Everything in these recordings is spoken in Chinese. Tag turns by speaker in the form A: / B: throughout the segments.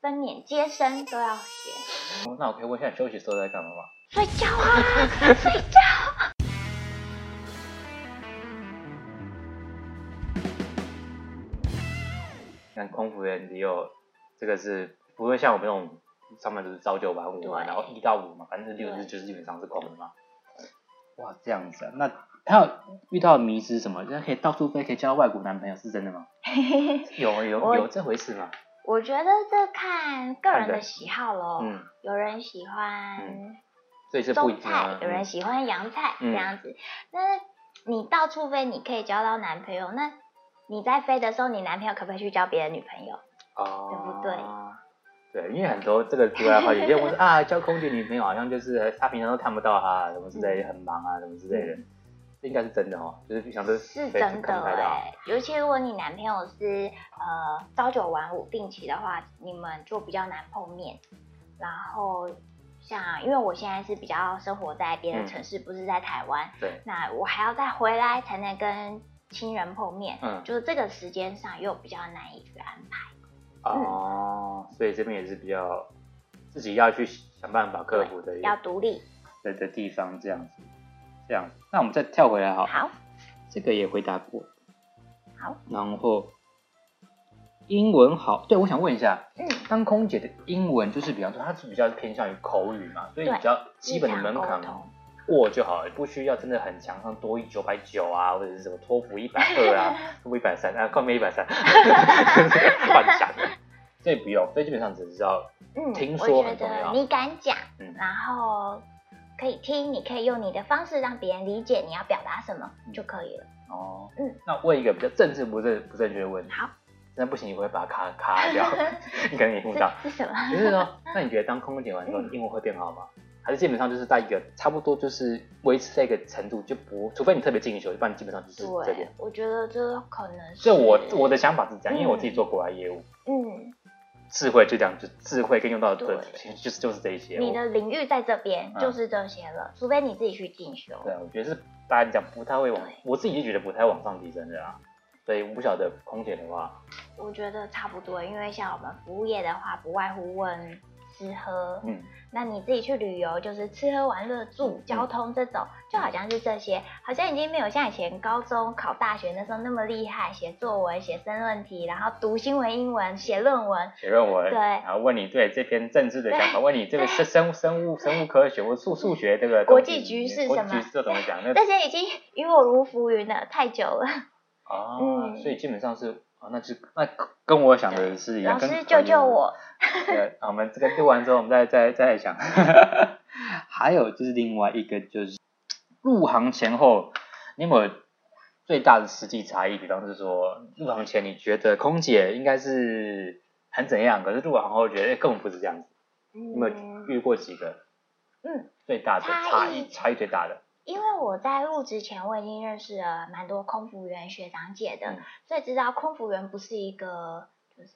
A: 分娩、接生都要学。
B: 哦那我可以问一下你休息时候在干嘛吗？
A: 睡觉啊，睡觉。
B: 但空服员只有这个是不会像我们这种上班就是朝九晚五嘛，
A: 对
B: 然后一到五嘛，反正是六日
A: 对
B: 就是基本上是空的嘛。
C: 哇，这样子啊，那还有遇到迷失什么？就是可以到处飞，可以交到外国男朋友，是真的 吗？
B: 有有
A: 我
B: 有这回事吗？
A: 我觉得这看个人的喜好咯，
B: 嗯，
A: 有人喜欢
B: 嗯所以是不一
A: 哦中
B: 定
A: 菜
B: 啊，。
A: 有人喜欢洋菜、
B: 嗯
A: 这样子。那你到处飞，你可以交到男朋友。那你在飞的时候，你男朋友可不可以去交别的女朋友？
B: 哦，
A: 对不对？
B: 对，因为很多这个 题外话，有些人会说啊，交空姐女朋友好像就是呃她平常都看不到她，什么之
A: 嗯
B: 类，很忙啊，什么之类的，这应该是真的哦，就是平常都
A: 是
B: 被
A: 真的
B: 看不太
A: 哎、
B: 到。
A: 尤其如果你男朋友是呃朝九晚五定期的话，你们就比较难碰面。然后像因为我现在是比较生活在别的城市，不是在台湾，
B: 嗯对，
A: 那我还要再回来才能跟亲人碰面，
B: 嗯，
A: 就是这个时间上又比较难以去安排。嗯
B: 哦，所以这边也是比较自己要去想办法克服的一个
A: 要独立，
C: 的的地方这样子，这样子。那我们再跳回来好了，
A: 好，
C: 这个也回答过。
A: 好，
C: 然后英文好，对，我想问一下，
A: 嗯，
C: 当空姐的
B: 英文就是比方说，它是比较偏向于口语嘛，所以
A: 对
B: 比较基本的门
A: 日常
B: 槛
A: 沟通
B: 过就好了，不需要真的很强，像多一九百九啊，或者是什么托福一百 二啊，托福一百三啊，快没一百三，乱讲的，所以不用，所以基本上只是要
A: 嗯，
B: 听
A: 我
B: 说
A: 觉
B: 很重
A: 得
B: 要
A: 你敢讲，
B: 嗯
A: 然后可以听，你可以用你的方式让别人理解你要表达什么
B: 嗯
A: 就可以了。
B: 哦。
A: 嗯
B: 那问一个比较政治不正不正确的问题，
A: 好，
B: 那不行，你会把它卡 卡掉，你可能也听不到。
A: 是是什么？
B: 就是说，那你觉得当空姐完之后，英文会变好吗？还是基本上就是在一个差不多就是维持在一个程度，就不，除非你特别进修，不然基本上 就是这边
A: 对。，我觉得这可能是
B: 所以我我的想法是这
A: 嗯
B: 样，因为我自己做国外业务，
A: 嗯，
B: 智慧就这样，就智慧跟用到的
A: 对
B: 其实就是就是这一些。
A: 你的领域在这边
B: 嗯
A: 就是这些了，除非你自己去进修
B: 我。对啊，我觉得是大家讲不太会往
A: 对，
B: 我自己就觉得不太往上提升的啦。所以我不晓得空姐的话，
A: 我觉得差不多，因为像我们服务业的话，不外乎问吃喝，
B: 嗯，
A: 那你自己去旅游就是吃喝玩乐住、
B: 嗯
A: 交通这种，就好像是这些，好像已经没有像以前高中考大学那时候那么厉害，写作文、写申论题，然后读新闻、英文、写论文，
B: 写论文，
A: 对
B: 然后问你对这篇政治的想 法，问你这个是生生物生物科学或数数学这个
A: 国
B: 东
A: 际
B: 西
A: 局势
B: 国
A: 什
B: 际
A: 么
B: 局势这怎么讲？那
A: 这些已经与我如浮云了，太久了。
B: 啊，
A: 嗯
B: 所以基本上是啊，那就那跟我想的是一样。
A: 老
B: 跟
A: 师救救我！！
B: 对，啊我们这个录完之后，我们再再再想。
C: 还有就是另外一个就是入行前后，
B: 你有没有最大的实际差异？比方是说，入行前你觉得空姐应该是很怎样，可是入行后觉得哎根本不是这样子。你有没有
A: 嗯，
B: 遇过几个？
A: 嗯，
B: 最大的
A: 差
B: 差
A: 异
B: 异，差异最大的。
A: 因为我在入职前我已经认识了蛮多空服员学长姐的，
B: 嗯
A: 所以知道空服员不是一个就是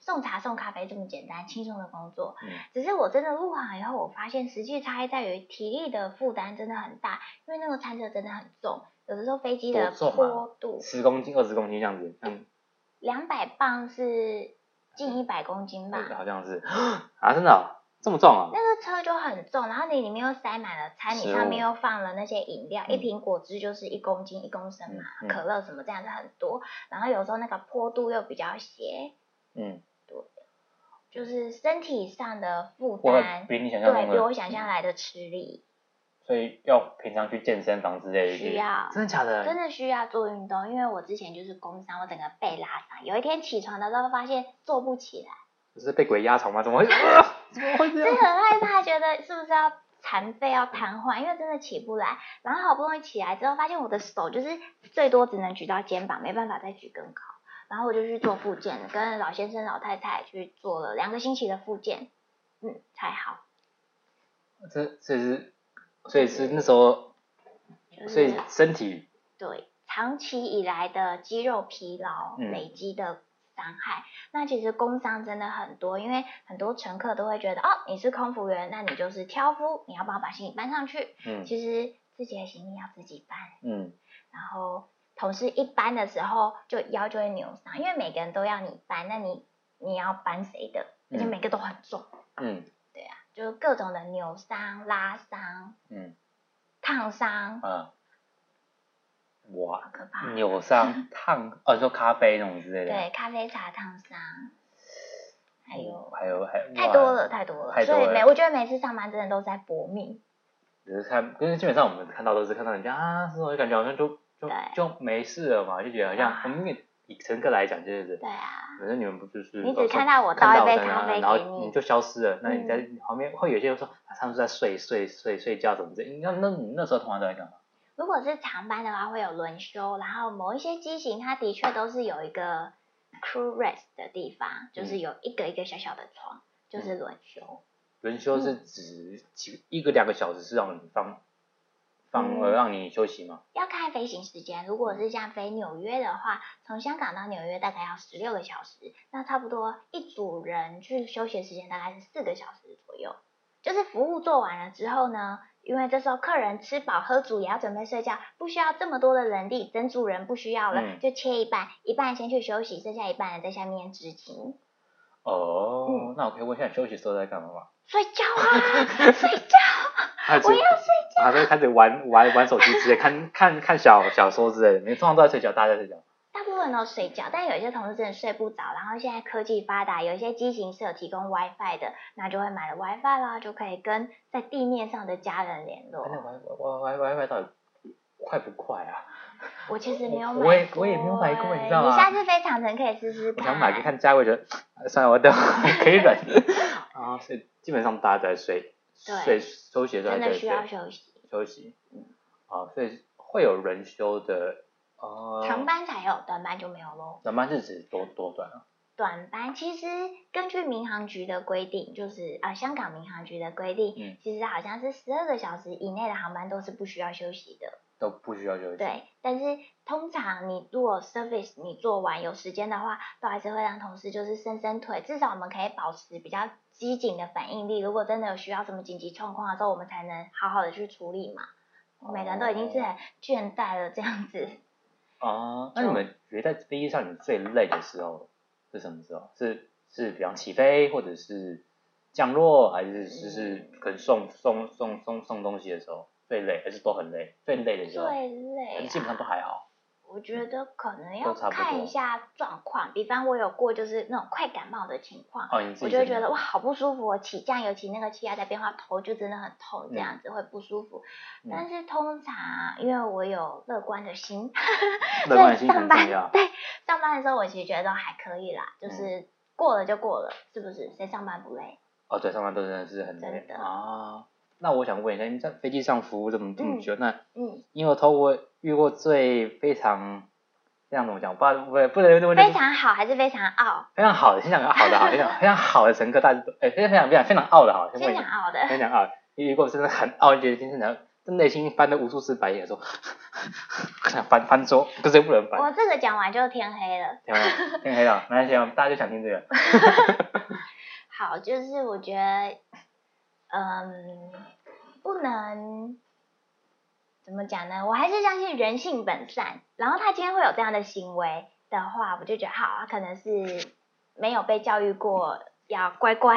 A: 送茶送咖啡这么简单轻松的工作，
B: 嗯
A: 只是我真的入行以后，我发现实际差异在于体力的负担真的很大，因为那个餐车真的很重，有的时候飞机的
B: 多重啊
A: 坡度
B: 十公斤、二十公斤这样子，嗯，
A: 两百磅是近一百公斤吧，
B: 好像是 啊，真的哦、这么重啊？
A: 那个车就很重，然后你里面又塞满了餐，你
B: 食
A: 上面
B: 物
A: 又放了那些饮料，一
B: 嗯
A: 瓶果汁就是一公斤一公升嘛，
B: 嗯嗯
A: 可乐什么这样子很多，然后有时候那个坡度又比较斜，
B: 嗯，
A: 就是身体上的负
B: 我
A: 担，
B: 比你想象中
A: 对
B: 的嗯
A: 比我想象来的吃力，
B: 所以要平常去健身房之类的去。
A: 需要
B: 真的假的？
A: 真的需要做运动，因为我之前就是工伤，我整个背拉伤，有一天起床的时候发现坐不起来，
B: 不是被鬼压床吗？怎么会？ 啊怎么会这
A: 真
B: 样？
A: 的很害怕，觉得是不是要残废要瘫痪，因为真的起不来。然后好不容易起来之后，发现我的手就是最多只能举到肩膀，没办法再举更高。然后我就去做复健，跟老先生老太太去做了两个星期的复健，嗯，才好。
B: 这这是，所以是那时候，
A: 就
B: 所以
A: 是
B: 身体
A: 对长期以来的肌肉疲劳
B: 嗯
A: 累积的伤害，那其实工伤真的很多，因为很多乘客都会觉得哦，你是空服员，那你就是挑夫，你要帮我把行李搬上去。
B: 嗯
A: 其实自己的行李要自己搬，
B: 嗯
A: 然后同事一搬的时候就腰就会扭伤，因为每个人都要你搬，那你你要搬谁的？而且
B: 嗯
A: 每个都很重，
B: 嗯
A: 就是各种的扭伤、拉伤、
B: 嗯
A: 烫伤，
B: 啊，哇，
A: 好可怕。
B: 扭伤 烫哦，
C: 你说咖啡那种之类的，
A: 对，咖啡茶烫伤，还有
B: 还有还有
A: 太多，
B: 哇
A: 了，太多了，
B: 嗯太多
A: 所以
B: 了
A: 每我觉得每次上班真的都在搏命，
B: 只是看，因为基本上我们看到都是看到人家啊，这种感觉好像都就
A: 对
B: 就没事了嘛，就觉得好像
A: 哇
B: 我们也以乘客来讲就是，
A: 对啊，
B: 反正你们不就是
A: 你
B: 都
A: 只
B: 是
A: 看到我
B: 嗯哦看
A: 倒
B: 到
A: 一杯
B: 的
A: 咖
B: 啊
A: 啡
B: 然后
A: 给你，
B: 就消失了。那你在
A: 嗯
B: 旁边会有些人说，啊他们是在睡睡睡睡觉怎么着？那那你那时候通常都在干嘛？
A: 如果是长班的话，会有轮休，然后某一些机型它的确都是有一个 crew rest 的地方，就是有一个一个小小的床，就是轮休。
B: 轮休是
A: 嗯
B: 指几一个两个小时是让你放放
A: 嗯
B: 呃让你休息吗？
A: 要看飞行时间，如果是像飞纽约的话，从香港到纽约大概要十六个小时，那差不多一组人去休息的时间大概是四个小时左右。就是服务做完了之后呢，因为这时候客人吃饱喝足也要准备睡觉，不需要这么多的人力，整组人不需要了，
B: 嗯
A: 就切一半，一半先去休息，剩下一半人在下面执勤。
B: 哦，
A: 嗯
B: 那我可以问一下你休息的时候在干嘛吗？
A: 睡觉啊，睡觉，
B: 他
A: 我要睡
B: 觉，他就啊开始玩玩玩手机之 类，看看看小小说之类的。你通常都在睡觉，大家在睡觉。
A: 大部分都睡觉，但有一些同事真的睡不着。然后现在科技发达，有一些机型是有提供 WiFi 的，那就会买了 WiFi 啦，就可以跟在地面上的家人联
B: 哎那
A: 络。
B: 玩玩玩玩玩到底快不快啊？
A: 我其实没有买过、
B: 我也我也没有买过你知道
A: 欸
B: 吗
A: 下次飞长城可以试试
B: 我
A: 看。啊
B: 想买个看价位，觉得呃算了，我等可以忍。啊，所以基本上大家都在睡，
A: 对
B: 睡休息的时候
A: 真
B: 在
A: 的
B: 睡
A: 需要休息，
B: 休息。啊，所以会有轮休的。哦、
A: 长班才有，短班就没有喽。
B: 长班是指多多短啊？
A: 短班其实根据民航局的规定，就是啊、呃香港民航局的规定，
B: 嗯
A: 其实好像是十二个小时以内的航班都是不需要休息的。
B: 都不需要休息。
A: 对，但是通常你如果 service 你做完有时间的话，都还是会让同事就是伸伸腿，至少我们可以保持比较机警的反应力。如果真的有需要什么紧急状况的时候，我们才能好好的去处理嘛。每个人都已经是很倦怠了这样子。
B: 哦，那
A: 就
B: 你们觉得在飞机上你最累的时候是什么时候？是是比方起飞，或者是降落，还是就是可能送送送送送东西的时候最累，还是都很累？最累的时候，
A: 最
B: 还
A: 累啊
B: 是、基本上都还好。
A: 我觉得可能
B: 都
A: 要
B: 差不
A: 看
B: 多
A: 一下状况。比方我有过就是那种快感冒的情况，
B: 哦，你自己
A: 我就会
B: 怎
A: 觉
B: 么
A: 得
B: 样
A: 哇，好不舒服、哦，起降，尤其那个气压在变化，头就真的很痛，这样子会不舒服。
B: 嗯
A: 但是通常啊因为我有乐观的心，
B: 乐观的
A: 所以
B: 心情
A: 上
B: 很重
A: 班
B: 要
A: 对上班的时候，我其实觉得都还可以啦，
B: 嗯
A: 就是过了就过了，是不是？谁上班不累？
B: 哦，对，上班都真的是很累
A: 真的
B: 啊。那我想问一下，你在飞机上服务这么这么久，那
A: 嗯，
B: 你有透过遇过最非常这样怎么讲？不知道，不不能这么
A: 非常好还是非常傲，
B: 非常好的，先讲个好的 好，非常非常好的乘客，大家都哎，非常非常非常非常傲的好，先问
A: 非
B: 你
A: 常，傲的。
B: 非常傲。你如果真的很傲，觉得今天然后内心翻了无数次白眼，说 想翻翻桌，可是不能翻。
A: 我这个讲完就天黑了。
B: 天啊，天 黑了，没关系啊，大家就想听这个。
A: 好，就是我觉得，嗯，不能怎么讲呢？我还是相信人性本善。然后他今天会有这样的行为的话，我就觉得好，他可能是没有被教育过要乖 乖。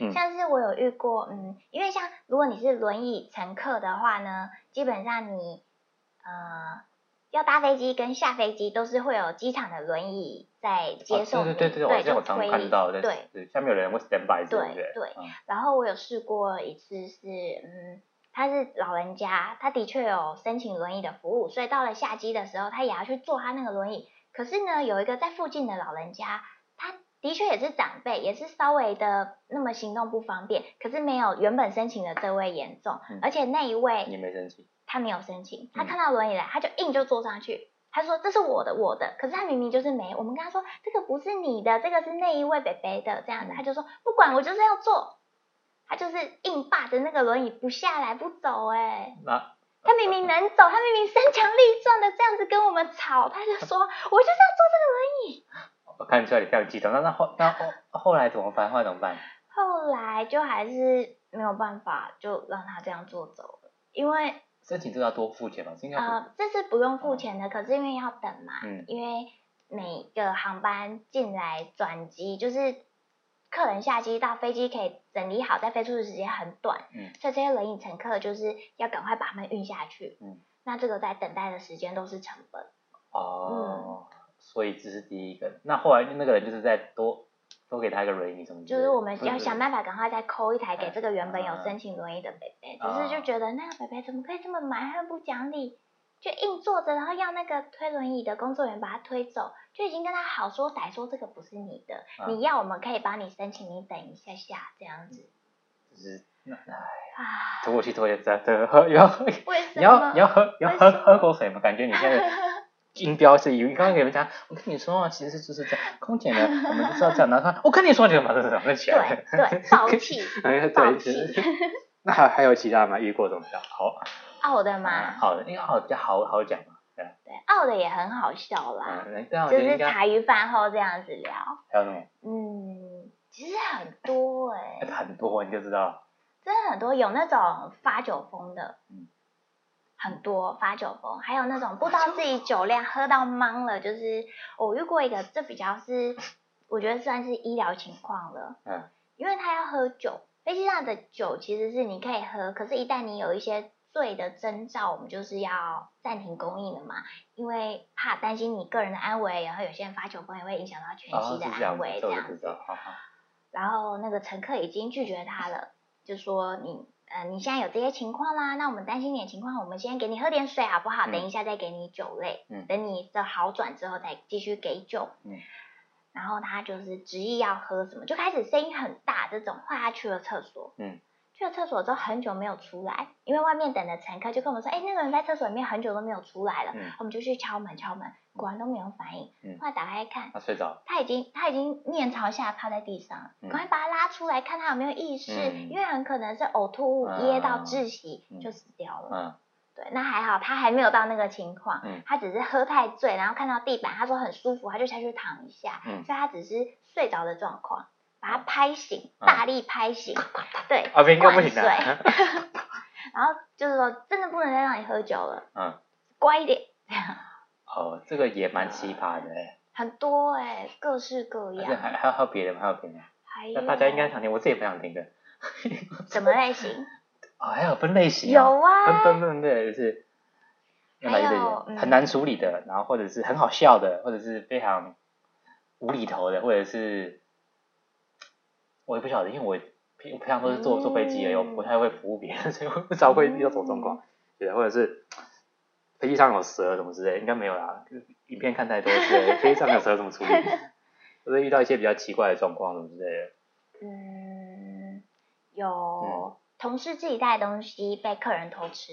B: 嗯
A: 像是我有遇过，嗯，因为像如果你是轮椅乘客的话呢，基本上你呃要搭飞机跟下飞机都是会有机场的轮椅在接送你、
B: 啊对对对对，我好像
A: 就
B: 我常
A: 推
B: 看到的，
A: 对，
B: 对，下面有人会 stand by 之类
A: 对
B: 的，
A: 对
B: 嗯
A: 然后我有试过一次是，嗯，他是老人家，他的确有申请轮椅的服务，所以到了下机的时候，他也要去坐他那个轮椅。可是呢，有一个在附近的老人家，他的确也是长辈，也是稍微的那么行动不方便，可是没有原本申请的这位严重，
B: 嗯
A: 而且那一位
B: 你没生气，
A: 他没有申请，他
B: 嗯
A: 看到轮椅来，他就硬就坐上去。他说：“这是我的，我的。”可是他明明就是没。我们跟他说：“这个不是你的，这个是那一位北北的。”这样子，
B: 嗯
A: 他就说：“不管，我就是要坐。”他就是硬霸着那个轮椅不下来不走、哎，
B: 那
A: 他明明能走，他明明身强力壮的这样子跟我们吵，他就说：“我就是要坐这个轮椅。”
B: 我看出来你非常激动，那那后那后后来怎么办？后来怎么办？
A: 后来就还是没有办法，就让他这样坐走了，因为
B: 申请这个要多付钱吧？这应该不
A: 呃，这是不用付钱的，可是因为要等嘛，
B: 嗯
A: 因为每个航班进来转机，就是客人下机到飞机可以整理好，再飞出的时间很短，
B: 嗯
A: 所以这些冷饮乘客就是要赶快把他们运下去。
B: 嗯
A: 那这个在等待的时间都是成本。
B: 哦，所以这是第一个。那后来那个人就是再多多给他一个轮椅什么之
A: 就
B: 类的，
A: 是我们要
B: 对
A: 想办法赶快再抠一台给这个原本有
B: 嗯
A: 申请轮椅的北北，
B: 啊
A: 只是就觉得那个北北怎么可以这么蛮，很不讲理，就硬坐着，然后要那个推轮椅的工作人员把他推走，就已经跟他好说歹说这个不是你的，
B: 啊
A: 你要我们可以帮你申请，你等一下下这样子
B: 就是那
A: 啊，
B: 拖过去拖延症，对，喝要喝
A: 为什么？
B: 嗯你要你要喝你要
A: 为
B: 喝
A: 什么
B: 喝口水吗？感觉你现在音标是有，你刚刚给人家，我跟你说啊，其实就是这样，空姐呢，我们就是要这样，然后他，我跟你说，你怎么怎么起来
A: 对？对，暴气
B: 哎，
A: 暴
B: 对，
A: 气
B: 是那还还有其他吗？遇过这种比较好
A: 傲的
B: 啊
A: 嘛，
B: 好的，因为好比较好好讲嘛，对啊，
A: 对，傲的也很好笑啦，
B: 嗯，对啊，我觉
A: 就
B: 得应
A: 是
B: 该
A: 茶余饭后这样子聊，
B: 还有什么
A: 嗯，其实很多 哎、
B: 很多你就知道，
A: 真的很多有那种发酒疯的，
B: 嗯
A: 很多发酒疯，还有那种不知道自己酒量喝到懵了，就是我遇过一个，这比较是我觉得算是医疗情况了，
B: 嗯，
A: 因为他要喝酒，飞机上的酒其实是你可以喝，可是一旦你有一些醉的征兆，我们就是要暂停供应了嘛，因为怕担心你个人的安危，然后有些人发酒疯也会影响到全
B: 啊，
A: 机
B: 是
A: 的
B: 这样
A: 安
B: 子
A: 危，，
B: 这
A: 这
B: 我
A: 样
B: 就知道，好好，
A: 然后那个乘客已经拒绝他了，就说你呃你现在有这些情况啦，那我们担心你的情况，我们先给你喝点水好不好？
B: 嗯
A: 等一下再给你酒类，
B: 嗯
A: 等你的好转之后再继续给酒。
B: 嗯
A: 然后他就是执意要喝什么，就开始声音很大这种，后来他去了厕所，
B: 嗯，
A: 去了厕所之后很久没有出来，因为外面等的乘客就跟我们说，哎，那个人在厕所里面很久都没有出来了，
B: 嗯
A: 我们就去敲门敲门，果然都没有反应，
B: 嗯
A: 后来打开看，
B: 他睡着了，
A: 他已经他已经面朝下趴在地上了，
B: 嗯
A: 赶快把他拉出来，看他有没有意识，
B: 嗯
A: 因为很可能是呕吐物
B: 啊
A: 噎到窒息、
B: 嗯
A: 就死掉了。
B: 嗯
A: 对，那还好他还没有到那个情况，
B: 嗯
A: 他只是喝太醉，然后看到地板，他说很舒服，他就下去躺一下，
B: 嗯
A: 所以他只是睡着的状况，把他拍醒，
B: 啊
A: 大力拍醒，对，
B: 啊，不应该不行
A: 灌水
B: 的，
A: 然后就是说真的不能再让你喝酒了，
B: 嗯，
A: 乖一点，
B: 哦，这个也蛮奇葩的，哎
A: 很多哎、各式各
B: 而且
A: 样，
B: 还还有还有别人，还有别人，
A: 还
B: 那
A: 有
B: 大家应该想听，我自己也不想听的，
A: 什么类 型？
B: 哦，还有分类型啊，
A: 有啊，
B: 分分分类就是。
A: 还有
B: 来的
A: 嗯
B: 很难处理的，然后或者是很好笑的，或者是非常无厘头的，或者是我也不晓得，因为我平平常都是坐坐飞机而已，我不太会服务别人， 所以我不知道会遇到什么状况。
A: 嗯
B: 对，啊或者是飞机上有蛇什么之类，应该没有啦，影片看太多之 类的，飞机上有蛇怎么处理？或者遇到一些比较奇怪的状况什么之类的。
A: 嗯，
B: 嗯
A: 有同事自己带的东西被客人偷吃，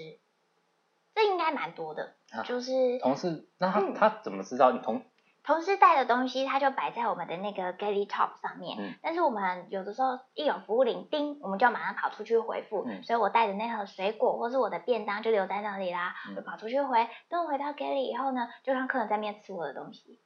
A: 这应该蛮多的。
B: 啊
A: 就是
B: 同事，那他、
A: 嗯
B: 他怎么知道你同
A: 同事带的东西，它就摆在我们的那个 galley top 上面。
B: 嗯
A: 但是我们有的时候一有服务铃叮，我们就要马上跑出去回复。
B: 嗯
A: 所以我带的那盒水果或是我的便当就留在那里啦，
B: 嗯
A: 我跑出去回。等我回到 galley 以后呢，就让客人在面吃我的东西。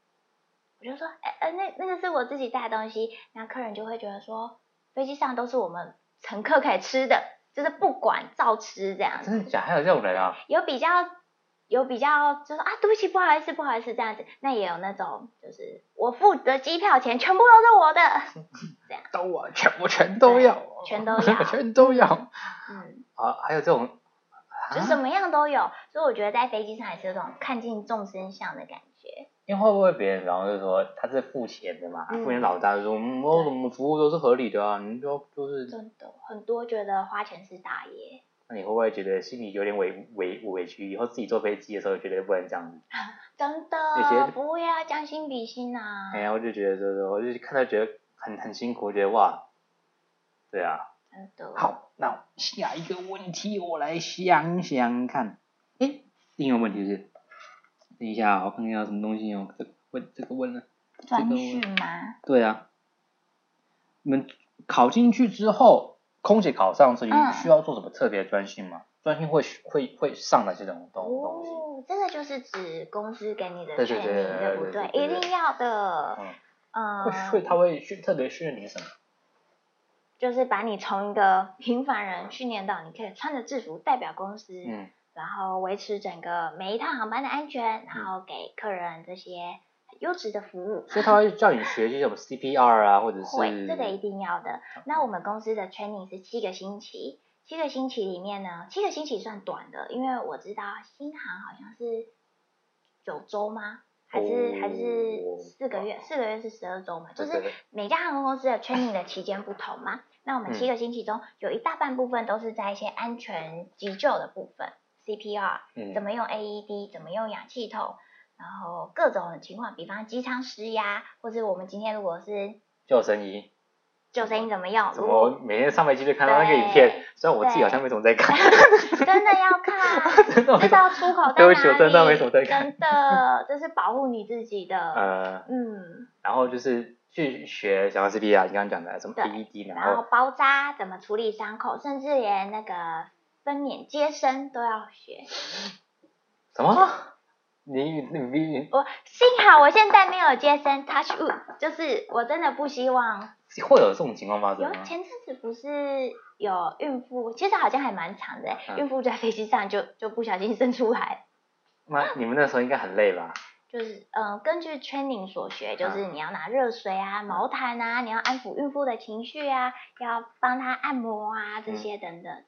A: 我就说，哎、呃，那那个是我自己带的东西，那客人就会觉得说，飞机上都是我们乘客可以吃的，就是不管照吃这样子。
B: 真的假？还有这种人啊？
A: 有比较有比较，就是啊，对不起，不好意思，不好意思，这样子。那也有那种，就是我付的机票钱全部都是我的，
B: 都啊， 全我全
A: 都要，全都要
B: 全都要
A: 嗯，
B: 啊！还有这种，啊
A: 就什么样都有。所以我觉得在飞机上也是有种看尽众生相的感觉。
B: 因为会不会别人然后就说他是付钱的嘛，
A: 嗯
B: 付钱老大就说，嗯，我
A: 对
B: 怎么服务都是合理的啊，你就就是，
A: 真的，很多觉得花钱是大爷，
B: 那你会不会觉得心里有点委委委屈？以后自己坐飞机的时候觉得不能这样子，
A: 真
B: 有些
A: 的，服务业要将心比心啊
B: 哎，呀，我就觉得就是，我就看到觉得很很辛苦，觉得哇，对啊，
A: 真的。，
C: 好，那下一个问题我来想想看。哎，另一个问题是，等一下啊，我看看有什么东西哦。这个问这个问了，这
A: 专
C: 个
A: 训
C: 问
A: 吗？
C: 对啊，你们考进去之后，空姐考上这里
A: 嗯
C: 需要做什么特别的专训吗？专训会会会上哪些东东东西？
A: 哦，这个就是指公司给你的
B: 对对
A: training，
B: 对对对
A: 不
B: 对对
A: 一
B: 对
A: 定要的。
B: 嗯
A: 嗯，
B: 会 会他会训特别训练你什么？
A: 就是把你从一个 平凡人训练到你可以穿着制服代表公司，
B: 嗯嗯
A: 然后维持整个每一趟航班的安全，然后给客人这些优质的服务。
B: 所以他会叫你学些什么 CPR 啊，或者是
A: 会，这个一定要的。那我们公司的 training 是七个星期，七个星期里面呢，七个星期算短的，因为我知道新航好像是九周吗？还是、还
B: 哦
A: 是四个月？四个月是十二周嘛？就
B: 对
A: 是
B: 对
A: 每家航空公司的 training 的期间不同嘛。那我们
B: 嗯
A: 七个星期中，有一大半部分都是在一些安全急救的部分，CPR，
B: 嗯
A: 怎么用 AED，怎么用氧气筒，然后各种情况，比方机舱失压，或者我们今天如果是
B: 救生衣，
A: 救生衣怎么用，
B: 怎
A: 如果
B: 么每天上飞机就看到那个影片
A: 哦对？
B: 虽然我自己好像没怎么在看，
A: 真的要看，
B: 真的没
A: 知
B: 什么
A: 道出口在哪
B: 对不
A: 里，
B: 起我真的没什么在看
A: 真的这是保护你自己的，
B: 呃，
A: 嗯，
B: 然后就是去学想要 CPR，你刚刚讲的什么 E
A: 对
B: AED，
A: 然
B: 然
A: 后
B: 后
A: 包扎怎么处理伤口，甚至连那个分娩接生都要学。
B: 什么？你你你
A: 我幸好我现在没有接生，touch wood，就是我真的不希望
B: 你会有这种情况发生
A: 有
B: 吗？
A: 前阵子不是有孕妇，其实好像还蛮长的、欸
B: 嗯
A: 孕妇在飞机上就就不小心生出来，
B: 那你们那时候应该很累吧？
A: 就是嗯、呃根据 training 所
B: 嗯
A: 学，就是你要拿热水啊、毛毯啊，你要安抚孕妇的情绪啊，要帮她按摩啊，这
B: 嗯
A: 些等等，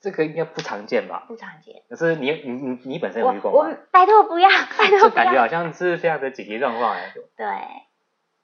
B: 这个应该不常见吧？
A: 不常见。
B: 可是你你你你本身
A: 我
B: 有遇过
A: 我
B: 吗？
A: 拜托不要，拜
B: 这
A: 托不
B: 感觉
A: 要。
B: 好像是非常的紧急状况哎。
A: 对，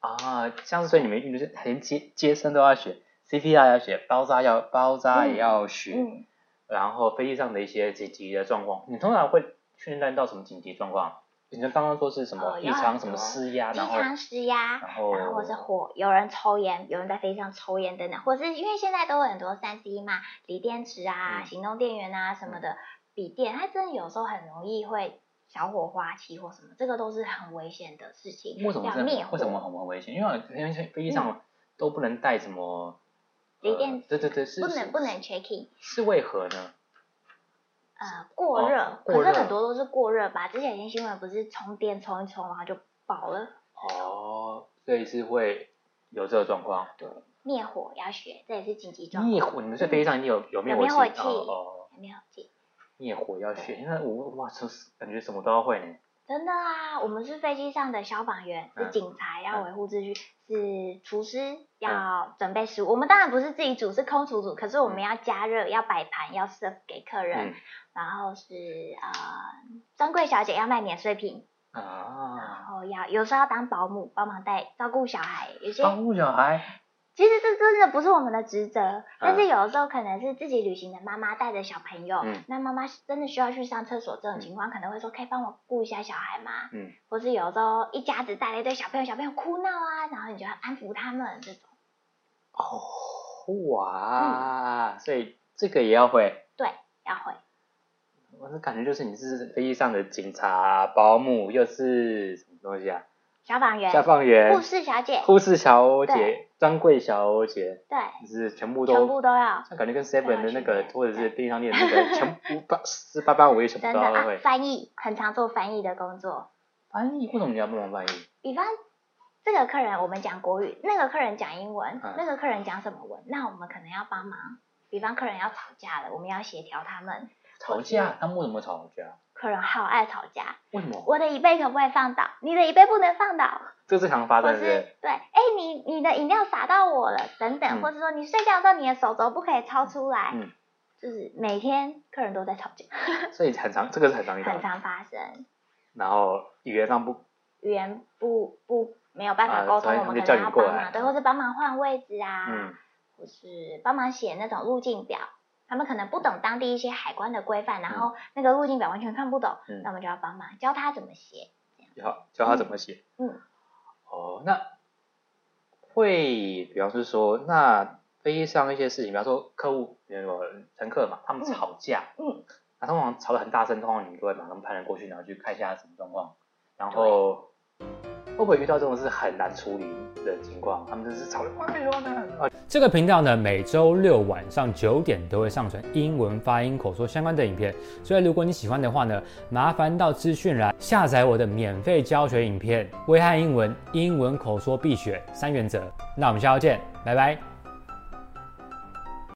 B: 啊，像是所以你们运动是连接接生都要学，CPR 要学，包扎要包扎也要学，
A: 嗯，
B: 然后飞机上的一些紧急的状况，你通常会训练到什么紧急状况？你刚刚说是什么
A: 呃
B: 异
A: 有
B: 常
A: 很
B: 什么
A: 多
B: 施压，
A: 机
B: 啊然后
A: 舱失压，
B: 然后
A: 然后或是火，有人抽烟，有人在飞机上抽烟等等，或是因为现在都有很多三 C 嘛，锂电池啊、
B: 嗯
A: 行动电源啊什么的，笔电，它真的有时候很容易会小火花起或什么，这个都是很危险的事情。
B: 为什么
A: 要
B: 这
A: 灭
B: 样？
A: 火？
B: 为什么呃很很危险？因为好像飞机上都不能带什么
A: 锂
B: 呃
A: 电
B: 对对对，是
A: 不
B: 是
A: 能不能 checking？
B: 是为何呢？
A: 呃，过热，
B: 哦过
A: 可
B: 热
A: 是很多都是过热吧？之前有些新闻不是充电充一充然后就爆了，
B: 哦，所以是会有这个状况。
A: 对，灭火要学，这也是紧急状况。
B: 灭火，你们在飞机上一定有有灭
A: 有
B: 火
A: 灭火
B: 器
A: 器
B: 哦哦。
A: 没有记，
B: 灭火要学，现在我哇，这是感觉什么都要会呢。
A: 真的啊，我们是飞机上的消防员，
B: 嗯
A: 是警察，要
B: 嗯
A: 维护秩序；是厨师，要准备食物。我们当然不是自己煮，是空厨煮，可是我们要加热，要摆盘，要 serve 给客人。
B: 嗯
A: 然后是呃，专柜小姐要卖免税品，然
B: 啊，
A: 后要有时候要当保姆，帮忙带照顾小孩。有些、
B: 保护小孩，
A: 其实这真的不是我们的职
B: 嗯
A: 责，但是有的时候可能是自己旅行的妈妈带着小朋友，
B: 嗯
A: 那妈妈真的需要去上厕所这种情况，可能会说可以帮我顾一下小孩吗？
B: 嗯，
A: 或是有时候一家子带了一堆小朋友，小朋友哭闹啊，然后你就要安抚他们这种。
B: 哦，
A: 嗯
B: 哇，所以这个也要会。
A: 对，要会。
B: 我的感觉就是你是飞机上的警察、保姆，又是什么东西啊？
A: 消防员、
B: 消防员、
A: 护士小姐，
B: 护士小姐
A: 对、
B: 专柜小姐，
A: 对，
B: 就是全部
A: 全
B: 都
A: 部，都要。
B: 像感觉跟 Seven 的那个
A: 对
B: 或者是便利商店的 那个全部八四八八五也全部
A: 真
B: 都
A: 的
B: 要
A: 啊
B: 会，。
A: 翻译很常做翻译的工作。
B: 翻译为什么你要帮忙翻译？
A: 比方这个客人我们讲国语，那个客人讲英文，
B: 嗯
A: 那个客人讲什么文，那我们可能要帮忙。比方客人要吵架了，我们要协调他们。
B: 吵架，他们为什么吵架？
A: 客人好爱吵架，
B: 为什么？
A: 我的椅背可不可以放倒？你的椅背不能放倒。
B: 这是常发
A: 或
B: 生
A: 是
B: 的是不是。
A: 对，哎、你你的饮料洒到我了，等等，
B: 嗯
A: 或是说你睡觉的时候你的手肘不可以超出来，
B: 嗯
A: 就是每天客人都在吵架，
B: 所以很常，这个是很常遇到
A: 很
B: 的。
A: 常发生，
B: 然后语言上不，
A: 语言不不没有办法
B: 啊
A: 沟
B: 所
A: 通，
B: 以
A: 我
B: 他
A: 们
B: 们
A: 可
B: 就
A: 能
B: 叫
A: 要
B: 你过
A: 帮
B: 来
A: 忙，对，或是帮忙换位置啊，
B: 嗯，
A: 或是帮忙写那种路径表。他们可能不懂当地一些海关的规范，然后那个路径表完全看不懂，
B: 嗯
A: 那我们就要帮忙教他怎么写。
B: 教教他怎么写。
A: 嗯。
B: 哦，那会，比方是说，那飞机上一些事情，比方说客户、那个乘客嘛，他们
A: 嗯
B: 吵架，
A: 嗯，
B: 那通常吵得很大声，通常你们就会马上派人过去，然后去看一下什么状况，然后会不会遇到这种是很难处理的情况？他们就是吵得哇
D: 这个频道呢，每周六晚上九点都会上传英文发音口说相关的影片，所以如果你喜欢的话呢，麻烦到资讯栏下载我的免费教学影片《危害英文：英文口说必学三原则》。那我们下周见，拜拜。